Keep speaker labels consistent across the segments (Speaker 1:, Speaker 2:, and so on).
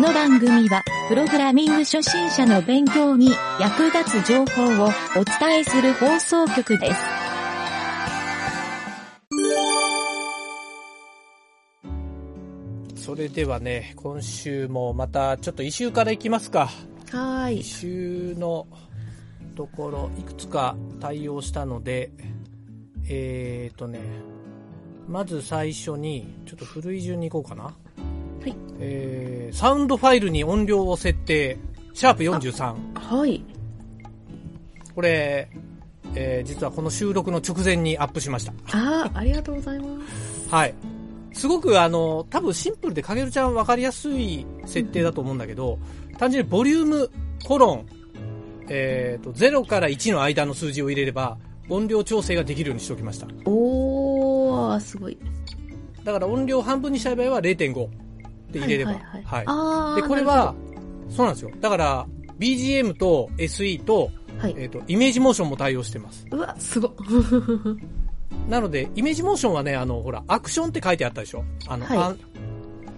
Speaker 1: の番組は、プログラミング初心者の勉強に役立つ情報をお伝えする放送局です。
Speaker 2: それではね、今週もまたちょっと異臭からいきますか。
Speaker 1: は
Speaker 2: 異。臭のところ、いくつか対応したので、えーとね、まず最初に、ちょっと古い順に行こうかな。
Speaker 1: はい。
Speaker 2: えー、サウンドファイルに音量を設定、シャープ43。
Speaker 1: はい。
Speaker 2: これ、えー実はこの収録の直前にアップしました。
Speaker 1: ああ、ありがとうございます。
Speaker 2: はい。すごくあの、多分シンプルで、かげるちゃん分かりやすい設定だと思うんだけど、単純にボリューム、コロン、えっ、と、0から1の間の数字を入れれば、音量調整ができるようにしておきました。
Speaker 1: おー、すごい。
Speaker 2: だから音量半分にした場合は0.5で入れれば。
Speaker 1: は
Speaker 2: はい
Speaker 1: はい
Speaker 2: い
Speaker 1: はいあー
Speaker 2: で、これは、そうなんですよ。だから、BGM と SE と、
Speaker 1: はい
Speaker 2: えっ、と、イメージモーションも対応してます。
Speaker 1: うわ、すごっ。
Speaker 2: なので、イメージモーションはね、あの、ほら、アクションって書いてあったでしょあの、
Speaker 1: はい
Speaker 2: あん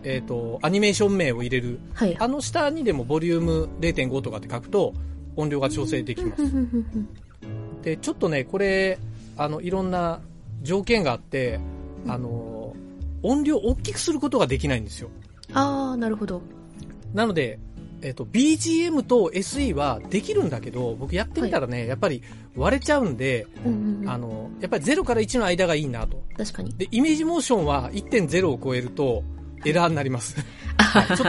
Speaker 2: えっ、と、アニメーション名を入れる。
Speaker 1: はい。
Speaker 2: あの下にでもボリューム0.5とかって書くと、音量が調整できます。で、ちょっとね、これ、あの、いろんな条件があって、あの、音量を大きくすることができないんですよ。
Speaker 1: ああ、なるほど。
Speaker 2: なので、えっ、と、BGM と SE はできるんだけど、僕やってみたらね、やっぱり割れちゃうんで、
Speaker 1: うんうんうん
Speaker 2: あの、やっぱり0から1の間がいいなと。
Speaker 1: 確かに。
Speaker 2: で、イメージモーションは1.0を超えるとエラーになります。 はいちょっ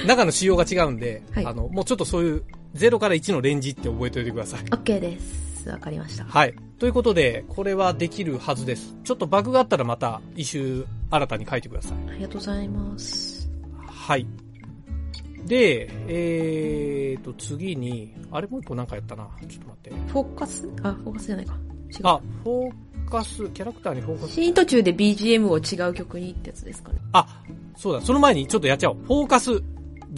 Speaker 2: と中の仕様が違うんで、
Speaker 1: はい
Speaker 2: あの、もうちょっとそういう0から1のレンジって覚えておいてください。
Speaker 1: OK です。わかりました。
Speaker 2: はい。ということで、これはできるはずです。ちょっとバグがあったらまた一周新たに書いてください。
Speaker 1: ありがとうございます。
Speaker 2: はい。で、えーと、次に、あれもう一個なんかやったな。ちょっと待って。
Speaker 1: フォーカスあ、フォーカスじゃないか。違う。
Speaker 2: あ、フォーカス、キャラクターにフォーカス。
Speaker 1: シーン途中で BGM を違う曲にってやつですかね。
Speaker 2: あ、そうだ、その前にちょっとやっちゃおう。フォーカス。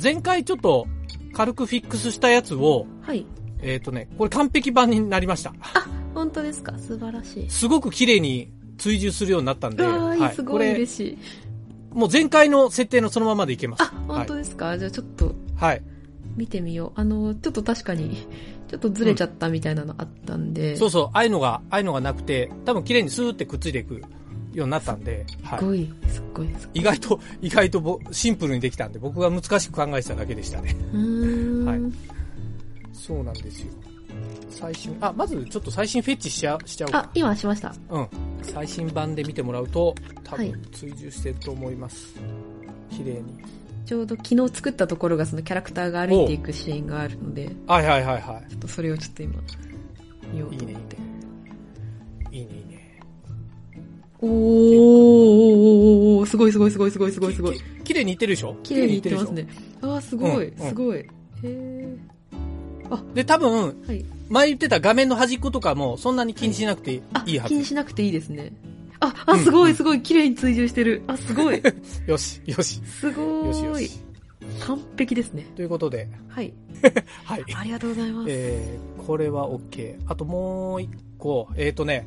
Speaker 2: 前回ちょっと軽くフィックスしたやつを、
Speaker 1: はい。
Speaker 2: えっ、とね、これ完璧版になりました。
Speaker 1: 本当ですか素晴らしい。
Speaker 2: すごく綺麗に追従するようになったん
Speaker 1: あ
Speaker 2: で、
Speaker 1: あ、
Speaker 2: はい
Speaker 1: す
Speaker 2: こ
Speaker 1: ごい
Speaker 2: れ、
Speaker 1: 嬉しい。
Speaker 2: もう前回の設定のそのままでいけます。
Speaker 1: あ、本当ですか、じゃあちょっと
Speaker 2: はい。
Speaker 1: 見てみよう。あの、ちょっと確かに、ちょっとずれちゃったみたいなのあったんで、
Speaker 2: そう
Speaker 1: す
Speaker 2: そう、ああいうのが、ああいうのがなくて、多分綺麗にスーってくっついていくようになったんで、はい。
Speaker 1: ごい、すっごい、すっごい。
Speaker 2: 意外と、意外とぼシンプルにできたんで、僕が難しく考えてただけでしたね。
Speaker 1: うーん。
Speaker 2: はいそうなんですよ。最新、あ、まずちょっと最新フェッチしちゃしちゃおう
Speaker 1: あ
Speaker 2: か。、
Speaker 1: 今しました。
Speaker 2: うん。最新版で見てもらうと、多
Speaker 1: はい
Speaker 2: 分追従してると思います。綺麗に。
Speaker 1: ちょうど昨日作ったところがそのキャラクターが歩いていくシーンがあるので、ち
Speaker 2: はいはいはいはい。
Speaker 1: ょっとそれをちょっと今、見よう
Speaker 2: いい
Speaker 1: と
Speaker 2: ね、いいね。いいね、いいね。
Speaker 1: おーおーおーおーすごいすごいすごいすごいすごいすごい
Speaker 2: き。。き綺麗にいってるでしょ
Speaker 1: 綺麗にいってます。ね。あーすごい、
Speaker 2: うんうん
Speaker 1: すごい。へえ。
Speaker 2: で、多分、
Speaker 1: はい。
Speaker 2: 前言ってた画面の端っことかも、そんなに気にしなくてい
Speaker 1: あ、
Speaker 2: いは
Speaker 1: 気
Speaker 2: ず。
Speaker 1: にしなくていいですね。あ、あ、すご
Speaker 2: うんう
Speaker 1: い
Speaker 2: ん
Speaker 1: すごい、綺麗に追従してる。あ、すごい。
Speaker 2: よし、よし。
Speaker 1: すご
Speaker 2: よしよ
Speaker 1: ーい
Speaker 2: し。。
Speaker 1: 完璧ですね。
Speaker 2: ということで、
Speaker 1: はい。
Speaker 2: はい。
Speaker 1: ありがとうございます。
Speaker 2: えー、これは OK。あともう一個、えっ、ー、とね、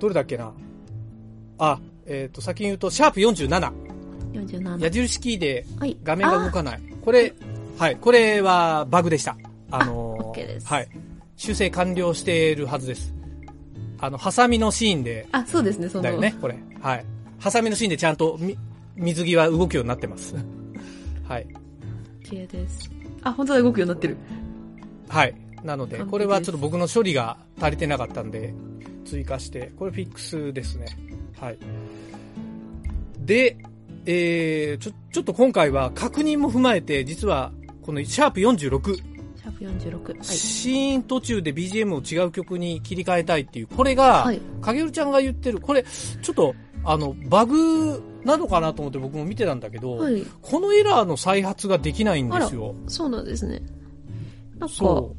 Speaker 2: どれだっけな。あ、えっ、ー、と、先に言うと、シャープ47。
Speaker 1: 47
Speaker 2: 矢。印キーで
Speaker 1: はい。
Speaker 2: 画面が動
Speaker 1: あ
Speaker 2: かない。これ、はい、これはバグでした。あ
Speaker 1: あ
Speaker 2: の
Speaker 1: OK です
Speaker 2: はい。修正完了しているはずです。あの、ハサミのシーンで、
Speaker 1: あ、そうですね、その。
Speaker 2: だよね、これ。はい。ハサミのシーンでちゃんとみ水着は動くようになってます。 はい。
Speaker 1: 綺麗です。あ、本当だ、動くようになってる。
Speaker 2: はい。なの
Speaker 1: 完璧
Speaker 2: で、
Speaker 1: です
Speaker 2: これはちょっと僕の処理が足りてなかったんで、追加して、これフィックスですね。はい。で、えー、ちょ、ちょっと今回は確認も踏まえて、実は、このシャープ46、
Speaker 1: シャープ46。はい。
Speaker 2: シーン途中で BGM を違う曲に切り替えたいっていう、これが、
Speaker 1: はい
Speaker 2: 影るちゃんが言ってる、これ、ちょっと、あの、バグなのかなと思って僕も見てたんだけど、
Speaker 1: はい。
Speaker 2: このエラーの再発ができないんですよ。
Speaker 1: そうなんですね。なんか
Speaker 2: そ、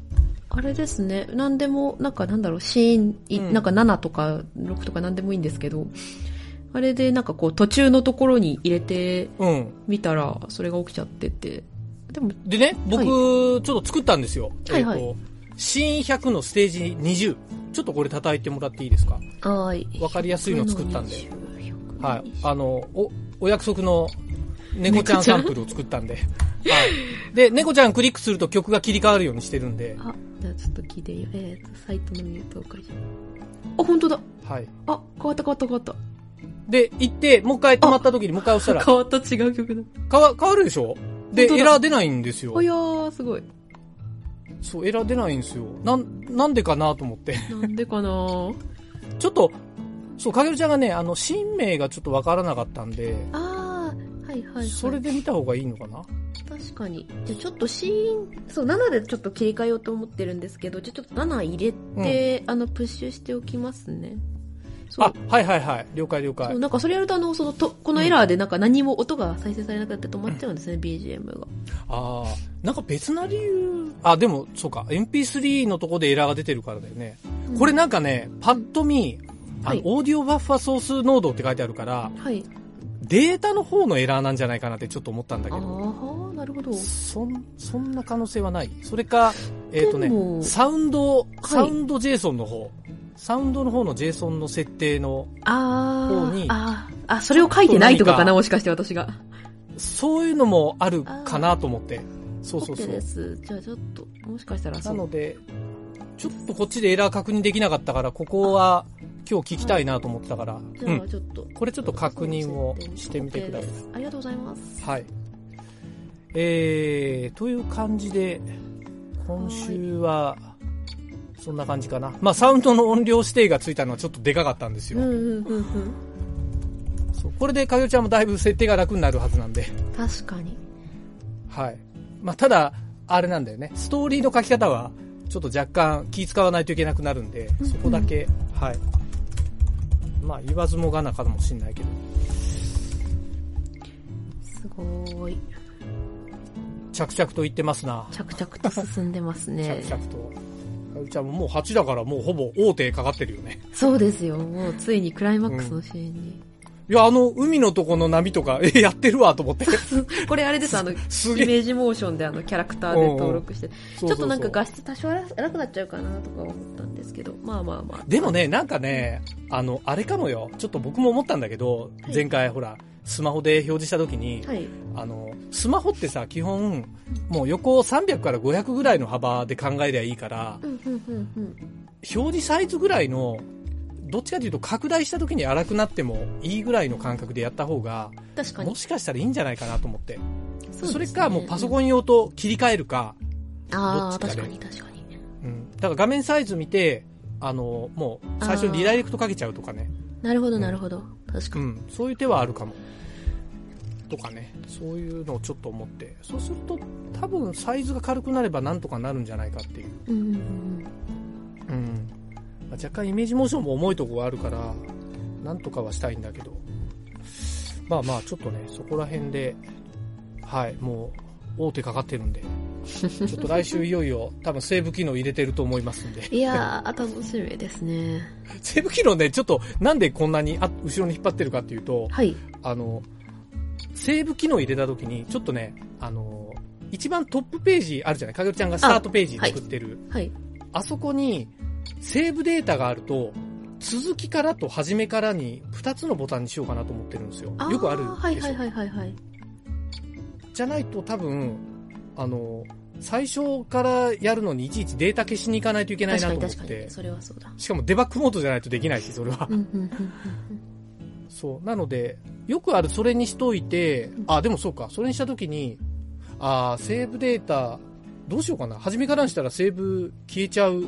Speaker 1: あれですね、なんでも、なんかなんだろう、シーンい、
Speaker 2: うん
Speaker 1: なんか7とか6とかなんでもいいんですけど、あれでなんかこう途中のところに入れて
Speaker 2: う。うん。
Speaker 1: みたら、それが起きちゃってて。でも、
Speaker 2: でね、僕、
Speaker 1: はい
Speaker 2: ちょっと作ったんですよ。
Speaker 1: はいはい
Speaker 2: えーとシーン100のステージ20。ちょっとこれ叩いてもらっていいですか
Speaker 1: はい。
Speaker 2: わかりやすいの作ったんで
Speaker 1: 120。
Speaker 2: はい
Speaker 1: 120。
Speaker 2: あの、お、お約束の猫ちゃんサンプルを作ったんで。で、猫ちゃんクリックすると曲が切り替わるようにしてるんで、
Speaker 1: あ、じゃあちょっと聞いてみよう。えー、と、サイトのミュートを解除。あ、本当だ。
Speaker 2: はい。
Speaker 1: あ、変わった変わった変わった。
Speaker 2: で、行って、もう一回止まった時にもう一回押したら、
Speaker 1: 変わった違う曲だ。
Speaker 2: 変わ、変わるでしょで、
Speaker 1: 本当
Speaker 2: エ
Speaker 1: だ
Speaker 2: ラー出ないんですよ
Speaker 1: お。やー、すごい。
Speaker 2: そう、エラー出ないんですよ。なん、なんでかなと思って。
Speaker 1: なんでかなー
Speaker 2: ちょっと、そう、かげるちゃんがね、あの、新名がちょっとわからなかったんで、
Speaker 1: あー、はいはい、はい。
Speaker 2: それで見た方がいいのかな
Speaker 1: 確かに。じゃあちょっとシーン、そう、7でちょっと切り替えようと思ってるんですけど、じゃあちょっと7入れて、あの、プッシュしておきますね。そう。
Speaker 2: あ、はいはいはい。了解了
Speaker 1: そ
Speaker 2: 解
Speaker 1: う。なんかそれやるとあのそのとこのエラーでなんか何も音が再生されなくなって止まっちゃうんですね、BGM が
Speaker 2: ああ、なんか別な理由、あ、でも、そうか、MP3 のとこでエラーが出てるからだよね。これなんかね、パッと見、あ
Speaker 1: は
Speaker 2: の
Speaker 1: い、
Speaker 2: オーディオバッファソース濃度って書いてあるから、
Speaker 1: はい
Speaker 2: データの方のエラーなんじゃないかなってちょっと思ったんだ
Speaker 1: あ
Speaker 2: けど、
Speaker 1: あなるほど
Speaker 2: そん、そんな可能性はない。それか、えっ、と
Speaker 1: でも
Speaker 2: ね、サウンド、サウンド JSON の方、サウンドの方の JSON の設定の、
Speaker 1: あ
Speaker 2: 方
Speaker 1: ー
Speaker 2: に
Speaker 1: あーあそれを書いてないとかか
Speaker 2: ちょっと何
Speaker 1: な
Speaker 2: か
Speaker 1: もしかして私が
Speaker 2: そういうのもあるかなと思って。そうそうそ
Speaker 1: OK で
Speaker 2: う。
Speaker 1: すじゃあちょっともしかしたら
Speaker 2: な
Speaker 1: そ
Speaker 2: の
Speaker 1: う
Speaker 2: で、ちょっとこっちでエラー確認できなかったから、ここは今日聞きたいなと思ってたから、
Speaker 1: じ
Speaker 2: う
Speaker 1: ゃあ
Speaker 2: ん。
Speaker 1: ちょっと、
Speaker 2: これちょっと確認をしてみてください
Speaker 1: OK で。すありがとうございます
Speaker 2: はい。えー、という感じで、今週は、そんな感じかな。まあ、サウンドの音量指定がついたのはちょっとでかかったんです
Speaker 1: う
Speaker 2: よ。
Speaker 1: んうんうんうん
Speaker 2: そうこれで、かよちゃんもだいぶ設定が楽になるはずなんで。
Speaker 1: 確かに
Speaker 2: はい。まあ、ただ、あれなんだよね。ストーリーの書き方は、ちょっと若干気使わないといけなくなるんで、そこだけ、はい。まあ、言わずもがなかもしんないけど。
Speaker 1: すごーい
Speaker 2: 着々と言ってますな。
Speaker 1: 着々と進んでますね
Speaker 2: 着々と。かよちゃんももう8だからもうほぼ大手かかってるよね。
Speaker 1: そうですよもうついにクライマックスのシーンに、
Speaker 2: いや、あの、海のとこの波とか、 え、やってるわ、と 思って。
Speaker 1: これあれですあの
Speaker 2: す
Speaker 1: イ
Speaker 2: げえ。
Speaker 1: メージモーションであのキャラクターで登録して、ち
Speaker 2: ち
Speaker 1: ょっとなんか画質多少荒くなっちゃうかなとか思ったんですけど、まあまあまあ。
Speaker 2: でもね、なんかね、あの、あれかもよ。ちょっと僕も思ったんだけど、
Speaker 1: い
Speaker 2: 前回ほら、スマホで表示した時に、
Speaker 1: はい。
Speaker 2: あの、スマホってさ、基本、もう横300から500ぐらいの幅で考えりゃいいから
Speaker 1: う、んうんうんうん。
Speaker 2: 表示サイズぐらいの、どっちかというと拡大した時に荒くなってもいいぐらいの感覚でやった方が、
Speaker 1: 確かに
Speaker 2: も。しかしたらいいんじゃないかなと思って。
Speaker 1: そうですね
Speaker 2: それか、もうパソコン用と切り替えるか、
Speaker 1: ああ、
Speaker 2: どっ
Speaker 1: 確
Speaker 2: ち
Speaker 1: か
Speaker 2: かで
Speaker 1: に確かに。
Speaker 2: うん、だから画面サイズ見て、あの、もう最初にリダイレクトかけちゃうとかね。
Speaker 1: なるほどなるほど。確か
Speaker 2: う
Speaker 1: に。
Speaker 2: ん、そういう手はあるかも。とかね、そういうのをちょっと思って。そうすると、多分サイズが軽くなればなんとかなるんじゃないかっていう。
Speaker 1: うんうんうん
Speaker 2: うん。まあ、若干イメージモーションも重いとこがあるから、なんとかはしたいんだけど。まあまあ、ちょっとね、そこら辺で、はい、もう、大手かかってるんで。ちょっと来週いよいよ、多分セーブ機能入れてると思います んで。
Speaker 1: いやー、楽しみですね。
Speaker 2: セーブ機能ね、ちょっとなんでこんなにあ後ろに引っ張ってるかっていうと、
Speaker 1: はい。
Speaker 2: あの、セーブ機能入れた時に、ちょっとね、あの、一番トップページあるじゃないかげるちゃんがスタートページ作ってる。
Speaker 1: はい。
Speaker 2: あ,、そこに、セーブデータがあると、続きからと初めからに2つのボタンにしようかなと思ってるんですよ。
Speaker 1: ー
Speaker 2: よくあるでしょ、
Speaker 1: はいはいはいはいはい。
Speaker 2: じゃないと多分、あの、最初からやるのにいちいちデータ消しに行かないといけない
Speaker 1: 確
Speaker 2: な
Speaker 1: か
Speaker 2: と
Speaker 1: に
Speaker 2: 思
Speaker 1: 確
Speaker 2: っ
Speaker 1: かに。
Speaker 2: て。
Speaker 1: それはそうだ。
Speaker 2: しかもデバッグモードじゃないとできないし、それは
Speaker 1: う。んうんうん
Speaker 2: そう。なので、よくあるそれにしといて
Speaker 1: ん、
Speaker 2: あ、でもそうか、それにしたときに、あーセーブデータ、どうしようかな。初めからにしたらセーブ消えちゃう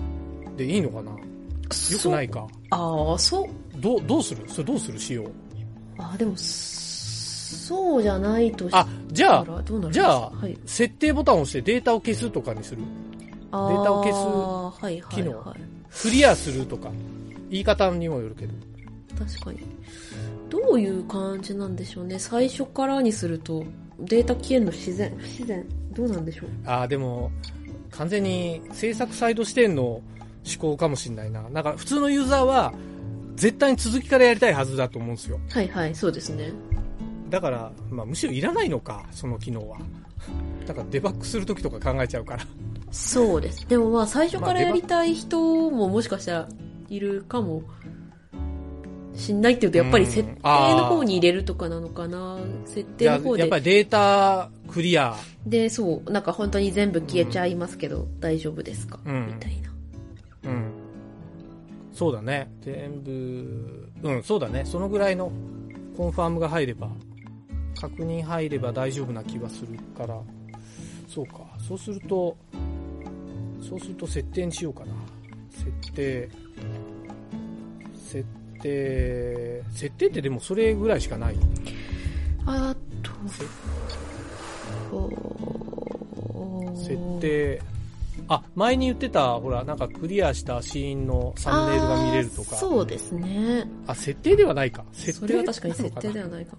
Speaker 2: でいいのかな。よ
Speaker 1: うん。。
Speaker 2: くないいか。
Speaker 1: ああ、そう。
Speaker 2: どう、どうするそれどうする仕様。
Speaker 1: ああ、でも、そうじゃないとした
Speaker 2: あ、じゃあ、
Speaker 1: ら、どうなる
Speaker 2: じゃあ
Speaker 1: はい。
Speaker 2: 設定ボタンを押してデータを消すとかにする。
Speaker 1: デー
Speaker 2: タを消す
Speaker 1: すはいはい
Speaker 2: 機能
Speaker 1: はい。
Speaker 2: クリアするとか。言い方にもよるけど。
Speaker 1: 確かにどういう感じなんでしょうね最初からにするとデータ消えるの自然不自然どうなんでしょう
Speaker 2: あーでも、完全に制作サイド視点の思考かもしれないな。なんか普通のユーザーは、絶対に続きからやりたいはずだと思うんですよ。
Speaker 1: はいはいそうですね
Speaker 2: だから、まあ、むしろいらないのか、その機能は。だからデバッグするときとか考えちゃうから。
Speaker 1: そうですでもまあ最初からやりたい人ももしかしたらいるかもしんないっていうとやっぱり設定の方に入れるとかなのかな設定の
Speaker 2: い
Speaker 1: 方
Speaker 2: やや
Speaker 1: で
Speaker 2: っぱりデータクリア。
Speaker 1: で、そう、なんか本当に全部消えちゃいますけど、大丈夫ですか、
Speaker 2: うん
Speaker 1: みたいな。
Speaker 2: うん。そうだね。全部、うん、そうだね。そのぐらいのコンファームが入れば、確認入れば大丈夫な気がするから、そうか。そうすると、そうすると設定にしようかな。設定、設定、設定ってでもそれぐらいしかない。
Speaker 1: あと
Speaker 2: せ、
Speaker 1: こう
Speaker 2: 設定、あ、前に言ってた、ほら、なんかクリアしたシーンのサムネイルが見れると
Speaker 1: あー
Speaker 2: か。
Speaker 1: そうですね。
Speaker 2: あ、設定ではないか。設
Speaker 1: そ
Speaker 2: 定
Speaker 1: れは確かに設定ではないか。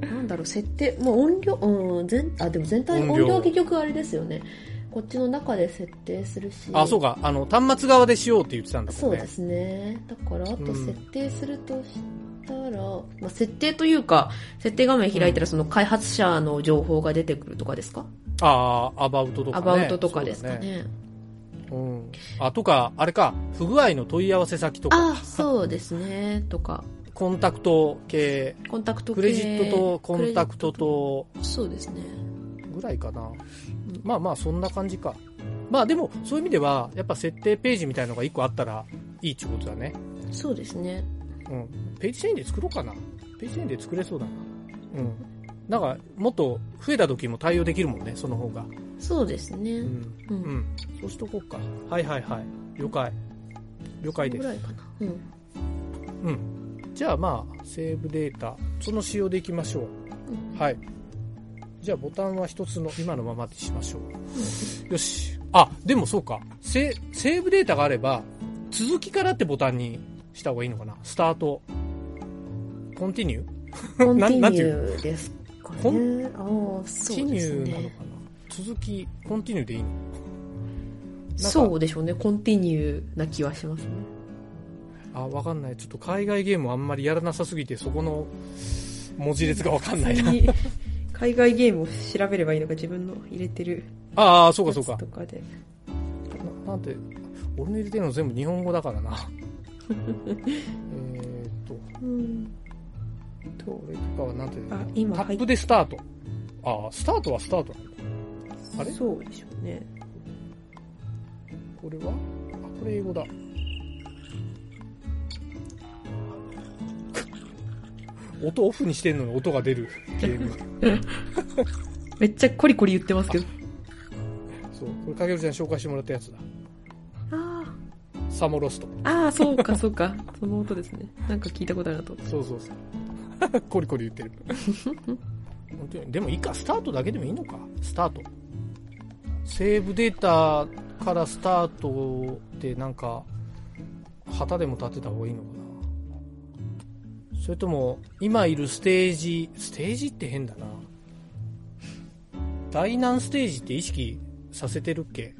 Speaker 1: なんだろう、設定、もう音量、うん、全、あ、でも全体
Speaker 2: 音
Speaker 1: 音
Speaker 2: 量
Speaker 1: 量は結局あれですよね。こっちの中で設定するし。
Speaker 2: あ、そうか。あの、端末側でしようって言ってたんだも
Speaker 1: そ
Speaker 2: ん
Speaker 1: う
Speaker 2: ね。
Speaker 1: ですね。だから、あ
Speaker 2: う
Speaker 1: と
Speaker 2: ん
Speaker 1: 設定するとしたら、まあ、設定というか、設定画面開いたらその開発者の情報が出てくるとかですか
Speaker 2: ああ、アバウトとか
Speaker 1: ア
Speaker 2: ね。
Speaker 1: バウトとかですかね。
Speaker 2: そうだねうん。あ、とか、あれか、不具合の問い合わせ先とか、
Speaker 1: あ、そうですね。とか、
Speaker 2: コンタクト系、
Speaker 1: コンタクト系
Speaker 2: クレジットとコンタクトと、
Speaker 1: クレジそうですね。
Speaker 2: ぐらいかな。まあまあ、そんな感じか。まあでも、そういう意味では、やっぱ設定ページみたいのが一個あったらいいってことだね。
Speaker 1: そうですね。
Speaker 2: うん。ページ遷移で作ろうかな。ページ遷移で作れそうだな。うん。なんか、もっと増えた時も対応できるもんね、その方が。
Speaker 1: そうですね
Speaker 2: う。ん。
Speaker 1: うん。
Speaker 2: うん、そうしとこうか。はいはいはい。了解。了解で
Speaker 1: ぐら
Speaker 2: す。
Speaker 1: いかな。うん。
Speaker 2: うん。じゃあまあ、セーブデータ、その仕様でいきましょう。はい。じゃあボタンは一つの今のままでしましょう。よし。あ、でもそうか。セセーブデータがあれば、続きからってボタンにした方がいいのかな。スタート。コンティニュー
Speaker 1: コンテ
Speaker 2: な
Speaker 1: ィ
Speaker 2: ん
Speaker 1: ニ
Speaker 2: てい
Speaker 1: ューですか
Speaker 2: コ
Speaker 1: ね。ああ、
Speaker 2: コン
Speaker 1: そ
Speaker 2: ティ
Speaker 1: う
Speaker 2: ニ
Speaker 1: です
Speaker 2: ューなの
Speaker 1: ね
Speaker 2: か。な。続き、コンティニューでいいのなんか
Speaker 1: そうでしょうね。コンティニューな気はしますね。
Speaker 2: あ、わかんない。ちょっと海外ゲームあんまりやらなさすぎて、そこの文字列がわか んないな。
Speaker 1: 普通に海外ゲームを調べればいいのか、自分の入れてる
Speaker 2: ああ、そう
Speaker 1: や
Speaker 2: かそう
Speaker 1: つ
Speaker 2: か
Speaker 1: と。かで。
Speaker 2: ななんて、俺の入れてるの全部日本語だからな。えーっ
Speaker 1: うん
Speaker 2: と、どれかはなんていうの
Speaker 1: あ今
Speaker 2: タ
Speaker 1: 入っ
Speaker 2: ップでスタート。ああ、スタートはスタートなんだ。あれ
Speaker 1: そうでしょうね。
Speaker 2: これはあ、これ英語だ。音オフにしてんのに音が出るゲーム。
Speaker 1: めっちゃコリコリ言ってますけど。
Speaker 2: そう、これかけるちゃんに紹介してもらったやつだ。
Speaker 1: あ
Speaker 2: サモロスト。
Speaker 1: あ、ああ、そうかそうか。その音ですね。なんか聞いたことあるなと。
Speaker 2: そうそうそう。 コリコリ言ってる。本当に。 でもいいか、スタートだけでもいいのか。スタート。セーブデータからスタートでなんか、旗でも立てた方がいいのかな。それとも、今いるステージ、ステージって変だな。第何ステージって意識させてるっけ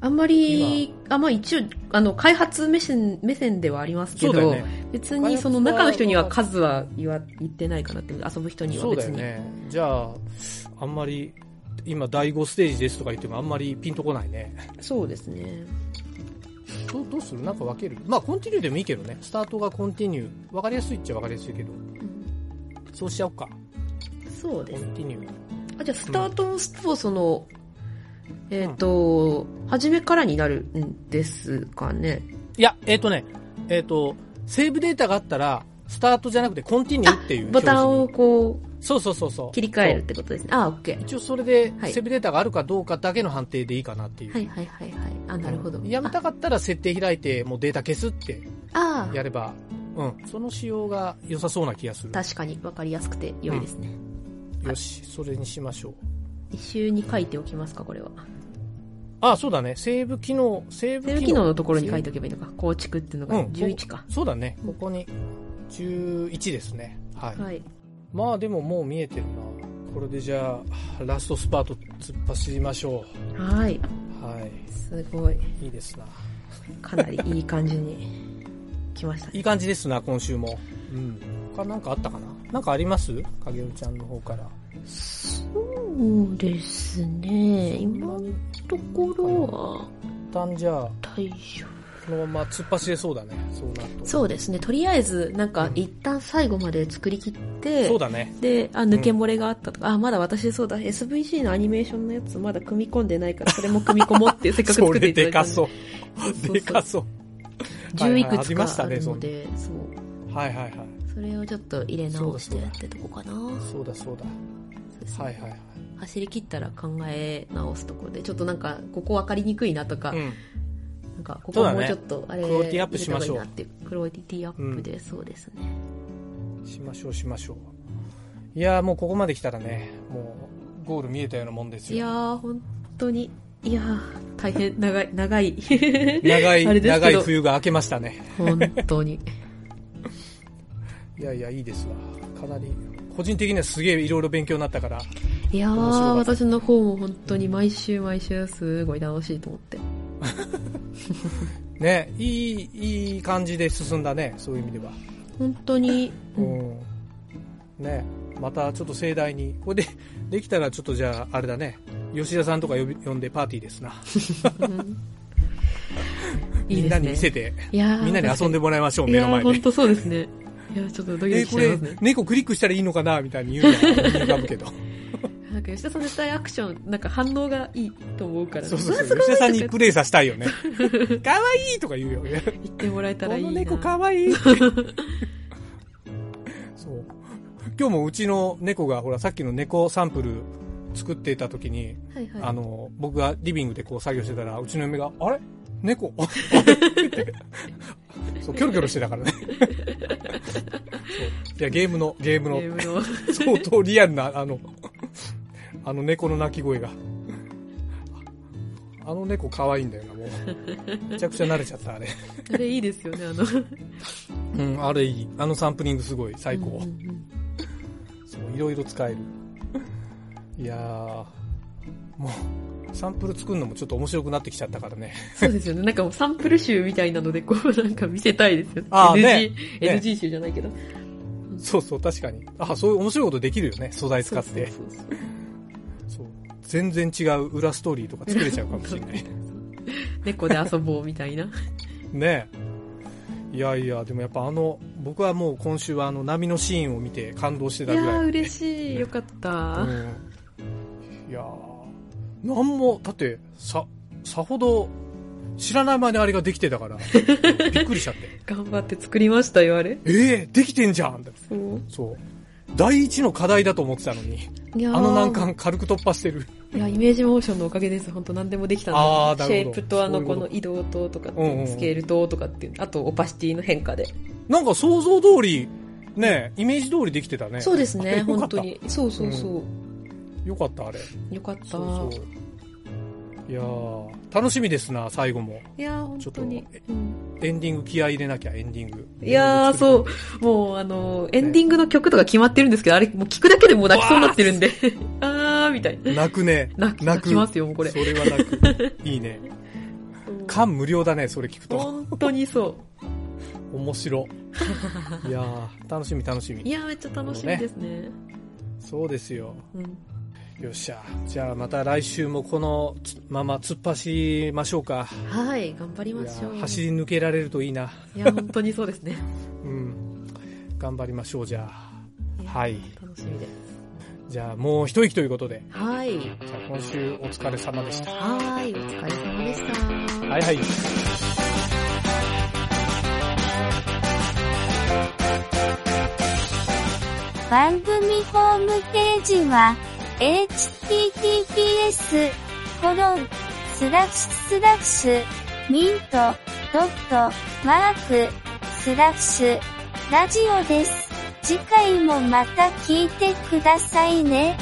Speaker 1: あんまり、あまあ一応、あの、開発目線、目線ではありますけ
Speaker 2: そうだよ
Speaker 1: ど、
Speaker 2: ね。
Speaker 1: 別にその中の人には数は言わ言ってないかなって、遊ぶ人には
Speaker 2: そうだ
Speaker 1: 別
Speaker 2: よ
Speaker 1: に。
Speaker 2: ね。じゃあ、あんまり、今第5ステージですとか言ってもあんまりピンとこないね。
Speaker 1: そうですね。
Speaker 2: どうどうするなんか分けるまあ、コンティニューでもいいけどね。スタートがコンティニュー。分かりやすいっちゃ分かりやすいけど。
Speaker 1: うん
Speaker 2: そうしちゃおうか。
Speaker 1: そう
Speaker 2: コ
Speaker 1: で
Speaker 2: ン
Speaker 1: す。
Speaker 2: ティニュー。
Speaker 1: あ、じゃあスタートもストその、えっ、と、初めからになるんですかね。
Speaker 2: いや、えっ、とね、えっ、と、セーブデータがあったら、スタートじゃなくてコンティニューっていう
Speaker 1: ボタンを
Speaker 2: 表示
Speaker 1: こ
Speaker 2: に。そうそうそうそう。
Speaker 1: う、切り替えるってことですね。あ、オッケ
Speaker 2: そう
Speaker 1: ー。
Speaker 2: 一応それで、
Speaker 1: はい
Speaker 2: セーブデータがあるかどうかだけの判定でいいかなっていう。
Speaker 1: はいはいはいはい。あ、なるほど。
Speaker 2: やめたかったら設定開いて、もうデータ消すって
Speaker 1: ああ
Speaker 2: やれば、うん。その仕様が良さそうな気がする。
Speaker 1: 確かに分かりやすくて良いですね。
Speaker 2: よし、それにしましょう。
Speaker 1: 一周に書いておきますか、これは。
Speaker 2: あ、そうだね。セーブ機能、セーブ
Speaker 1: セーブ機能のところに書いておけばいいのか。構築っていうの
Speaker 2: う
Speaker 1: が
Speaker 2: ん
Speaker 1: 11か。
Speaker 2: そうだね
Speaker 1: う。ん
Speaker 2: ここに、11ですね。はい。
Speaker 1: はい。
Speaker 2: まあでももう見えてるな。これでじゃあ、ラストスパート突っ走りましょ
Speaker 1: はい。
Speaker 2: う。は
Speaker 1: すごい。
Speaker 2: い。いいですな。
Speaker 1: かなりいい感じに来ました
Speaker 2: い
Speaker 1: ね。
Speaker 2: い感じですな、今週も。うん。他なんかあったかななんかあります影るちゃんの方から。
Speaker 1: そうですね。今のところは
Speaker 2: 一旦じゃあ、
Speaker 1: 大丈
Speaker 2: このまま突っ走れそうだね。そうなると。
Speaker 1: そうですね。とりあえず、なんか、一旦最後まで作り切って、
Speaker 2: そうだね。
Speaker 1: で、あ、抜け漏れがあったとか、あ、まだ私そうだ、SVC のアニメーションのやつまだ組み込んでないから、それも組み込もうって、せっかく
Speaker 2: そ
Speaker 1: 作って
Speaker 2: れ
Speaker 1: いただ
Speaker 2: で
Speaker 1: いた
Speaker 2: か
Speaker 1: ん
Speaker 2: そう。でかそう。
Speaker 1: 10いく
Speaker 2: はいはいあり
Speaker 1: つ
Speaker 2: まし
Speaker 1: か
Speaker 2: た
Speaker 1: あ
Speaker 2: ね
Speaker 1: るので、そう。
Speaker 2: はいはいはい。
Speaker 1: それをちょっと入れ直してってとこかな。
Speaker 2: そうだそう
Speaker 1: そ
Speaker 2: だ。
Speaker 1: うですね
Speaker 2: はいはいはい。
Speaker 1: 走り切ったら考え直すところで、ちょっとなんか、ここ分かりにくいなとか、
Speaker 2: うん。
Speaker 1: なんか、ここ
Speaker 2: そうだ
Speaker 1: は
Speaker 2: ね
Speaker 1: もうちょっと、あれ、
Speaker 2: クオリティアップしましょう
Speaker 1: 入れた方がいいなっていうクオリティアップで、そうですね。
Speaker 2: しましょうしましょういやーもうここまで来たらねもうゴール見えたようなもんです
Speaker 1: いや
Speaker 2: よ
Speaker 1: ー、本当に、いやー、大変長い、 長い。
Speaker 2: 長い
Speaker 1: あれです
Speaker 2: 長
Speaker 1: け
Speaker 2: い
Speaker 1: ど
Speaker 2: 冬が明けましたね
Speaker 1: 本当に。
Speaker 2: いやいやいいですわかなり個人的にはすげえいろいろ勉強になったから
Speaker 1: いやー、
Speaker 2: 面白かった
Speaker 1: 私の方も本当に毎週毎週すごい楽しいと思って。
Speaker 2: ねいいいい感じで進んだねそういう意味では
Speaker 1: 本当に、
Speaker 2: う
Speaker 1: うん
Speaker 2: んねまたちょっと盛大にこれでできたらちょっとじゃああれだね吉田さんとか呼び呼んでパーティーですな
Speaker 1: いい
Speaker 2: みん
Speaker 1: で
Speaker 2: な
Speaker 1: す
Speaker 2: に見せ
Speaker 1: ね。
Speaker 2: て
Speaker 1: いや
Speaker 2: みんなに遊んでもらいましょう
Speaker 1: い
Speaker 2: 目
Speaker 1: や
Speaker 2: の
Speaker 1: ー、
Speaker 2: 前で
Speaker 1: 本当そうですね。いやー、ちょっとドキド
Speaker 2: え
Speaker 1: キし
Speaker 2: こ
Speaker 1: ちゃい
Speaker 2: れ
Speaker 1: ますね。
Speaker 2: 猫クリックしたらいいのかなみたいに言うのは思い浮かぶ けど
Speaker 1: なんか吉田さん絶対アクション、なんか反応がいいと思うから、
Speaker 2: そうそう
Speaker 1: れ
Speaker 2: そ
Speaker 1: す
Speaker 2: う。
Speaker 1: ごい
Speaker 2: 吉田さんに
Speaker 1: とか
Speaker 2: プレイさせた いよね。かわいいとか言うよね。こ
Speaker 1: 言ってもらえたらいいな。
Speaker 2: の猫かわ いい。そう。今日もうちの猫が、ほら、さっきの猫サンプル作ってた時に、
Speaker 1: はいはい。
Speaker 2: あの、僕がリビングでこう作業してたら、うちの嫁が、あれ 猫そう、キョロキョロしてたから ね。そういや、ゲームの、ゲーム
Speaker 1: ゲ
Speaker 2: の
Speaker 1: ームの。
Speaker 2: 相当リアルな、あの、あの猫の鳴き声が。あの猫可愛いんだよな、もう。めちゃくちゃ慣れちゃった、あれ。
Speaker 1: あれいいですよね、あの。
Speaker 2: うん、あれいい。あのサンプリングすごい、最高
Speaker 1: うん。うんうん
Speaker 2: そう、いろいろ使える。いやー、もう、サンプル作るのもちょっと面白くなってきちゃったからね。
Speaker 1: そうですよね。なんかもうサンプル集みたいなので、こう なんか見せたいですよね。
Speaker 2: あー
Speaker 1: NG、
Speaker 2: ねね
Speaker 1: NG 集じゃないけど。
Speaker 2: そうそう、確かに。あ、そういう面白いことできるよね、素材使って。
Speaker 1: そうそうそう
Speaker 2: そう。全然違う裏ストーリーとか作れちゃうかもしれない。
Speaker 1: 猫で遊ぼうみた いな。
Speaker 2: ねえいやいやでもやっぱあの僕はもう今週はあの波のシーンを見て感動して
Speaker 1: い
Speaker 2: た
Speaker 1: や
Speaker 2: ぐら
Speaker 1: ー、
Speaker 2: い
Speaker 1: 嬉しい。よかった。
Speaker 2: うん、いやーなんもだってささほど知らない間にあれができてたから びっくりしちゃって
Speaker 1: 頑張って作りましたよ、あれ。
Speaker 2: ええできてんじゃんって
Speaker 1: そう。
Speaker 2: そう第一の課題だと思ってたのに
Speaker 1: いやー
Speaker 2: あの難関軽く突破してる
Speaker 1: いや、イメージモーションのおかげです。本当何でもできたん
Speaker 2: あー
Speaker 1: で。
Speaker 2: な
Speaker 1: シ
Speaker 2: る
Speaker 1: ェ
Speaker 2: ほど
Speaker 1: イプとあ
Speaker 2: そう
Speaker 1: の、
Speaker 2: いうこ
Speaker 1: ことの移動ととかって
Speaker 2: うんうんう
Speaker 1: い
Speaker 2: ん
Speaker 1: う、スケールととかっていう、あとオパシティの変化で。
Speaker 2: なんか想像通りねイメージ通りできてたね
Speaker 1: そうです
Speaker 2: あ
Speaker 1: ね、
Speaker 2: れよかった
Speaker 1: 本当に。そうそうそう。
Speaker 2: よかったあれ
Speaker 1: よかった。
Speaker 2: そうそういやー楽しみですな最後も
Speaker 1: いやー、本当に
Speaker 2: ちょっ。
Speaker 1: うん
Speaker 2: エンディング気合い入れなきゃエンディング
Speaker 1: いやー、そう。もう、あの、エンディングの曲とか決まってるんですけど、あれ、もう聞くだけでもう泣きそうになってるんで。 あー、みたいな。
Speaker 2: 泣くね
Speaker 1: 泣き泣きますよ、もうこれ
Speaker 2: そ。れは泣くいいね感無量だねそれ聞くと
Speaker 1: 本当にそ
Speaker 2: 面白いやー楽しみ楽し
Speaker 1: う。い
Speaker 2: み
Speaker 1: やー、めっちゃ楽しみですね。
Speaker 2: そうですよ
Speaker 1: うん
Speaker 2: よっしゃじゃあまた来週もこのつまま突っ走りましょうか
Speaker 1: はい、頑張りましょ。
Speaker 2: いうやー走り抜けられるといいない
Speaker 1: や、本当にそうですね。
Speaker 2: うん頑張りましょうじゃあはい
Speaker 1: 楽しみです。
Speaker 2: じゃあもう一息ということで
Speaker 1: はい。
Speaker 2: じゃあ今週お疲れ様でした
Speaker 1: はい、お疲れ様でした。
Speaker 2: はいはい
Speaker 3: 番組ホームページは、https, コロン、スラッシュスラッシュ、ミント、ドット、マーク、スラッシュ、ラジオです。次回もまた聞いてくださいね。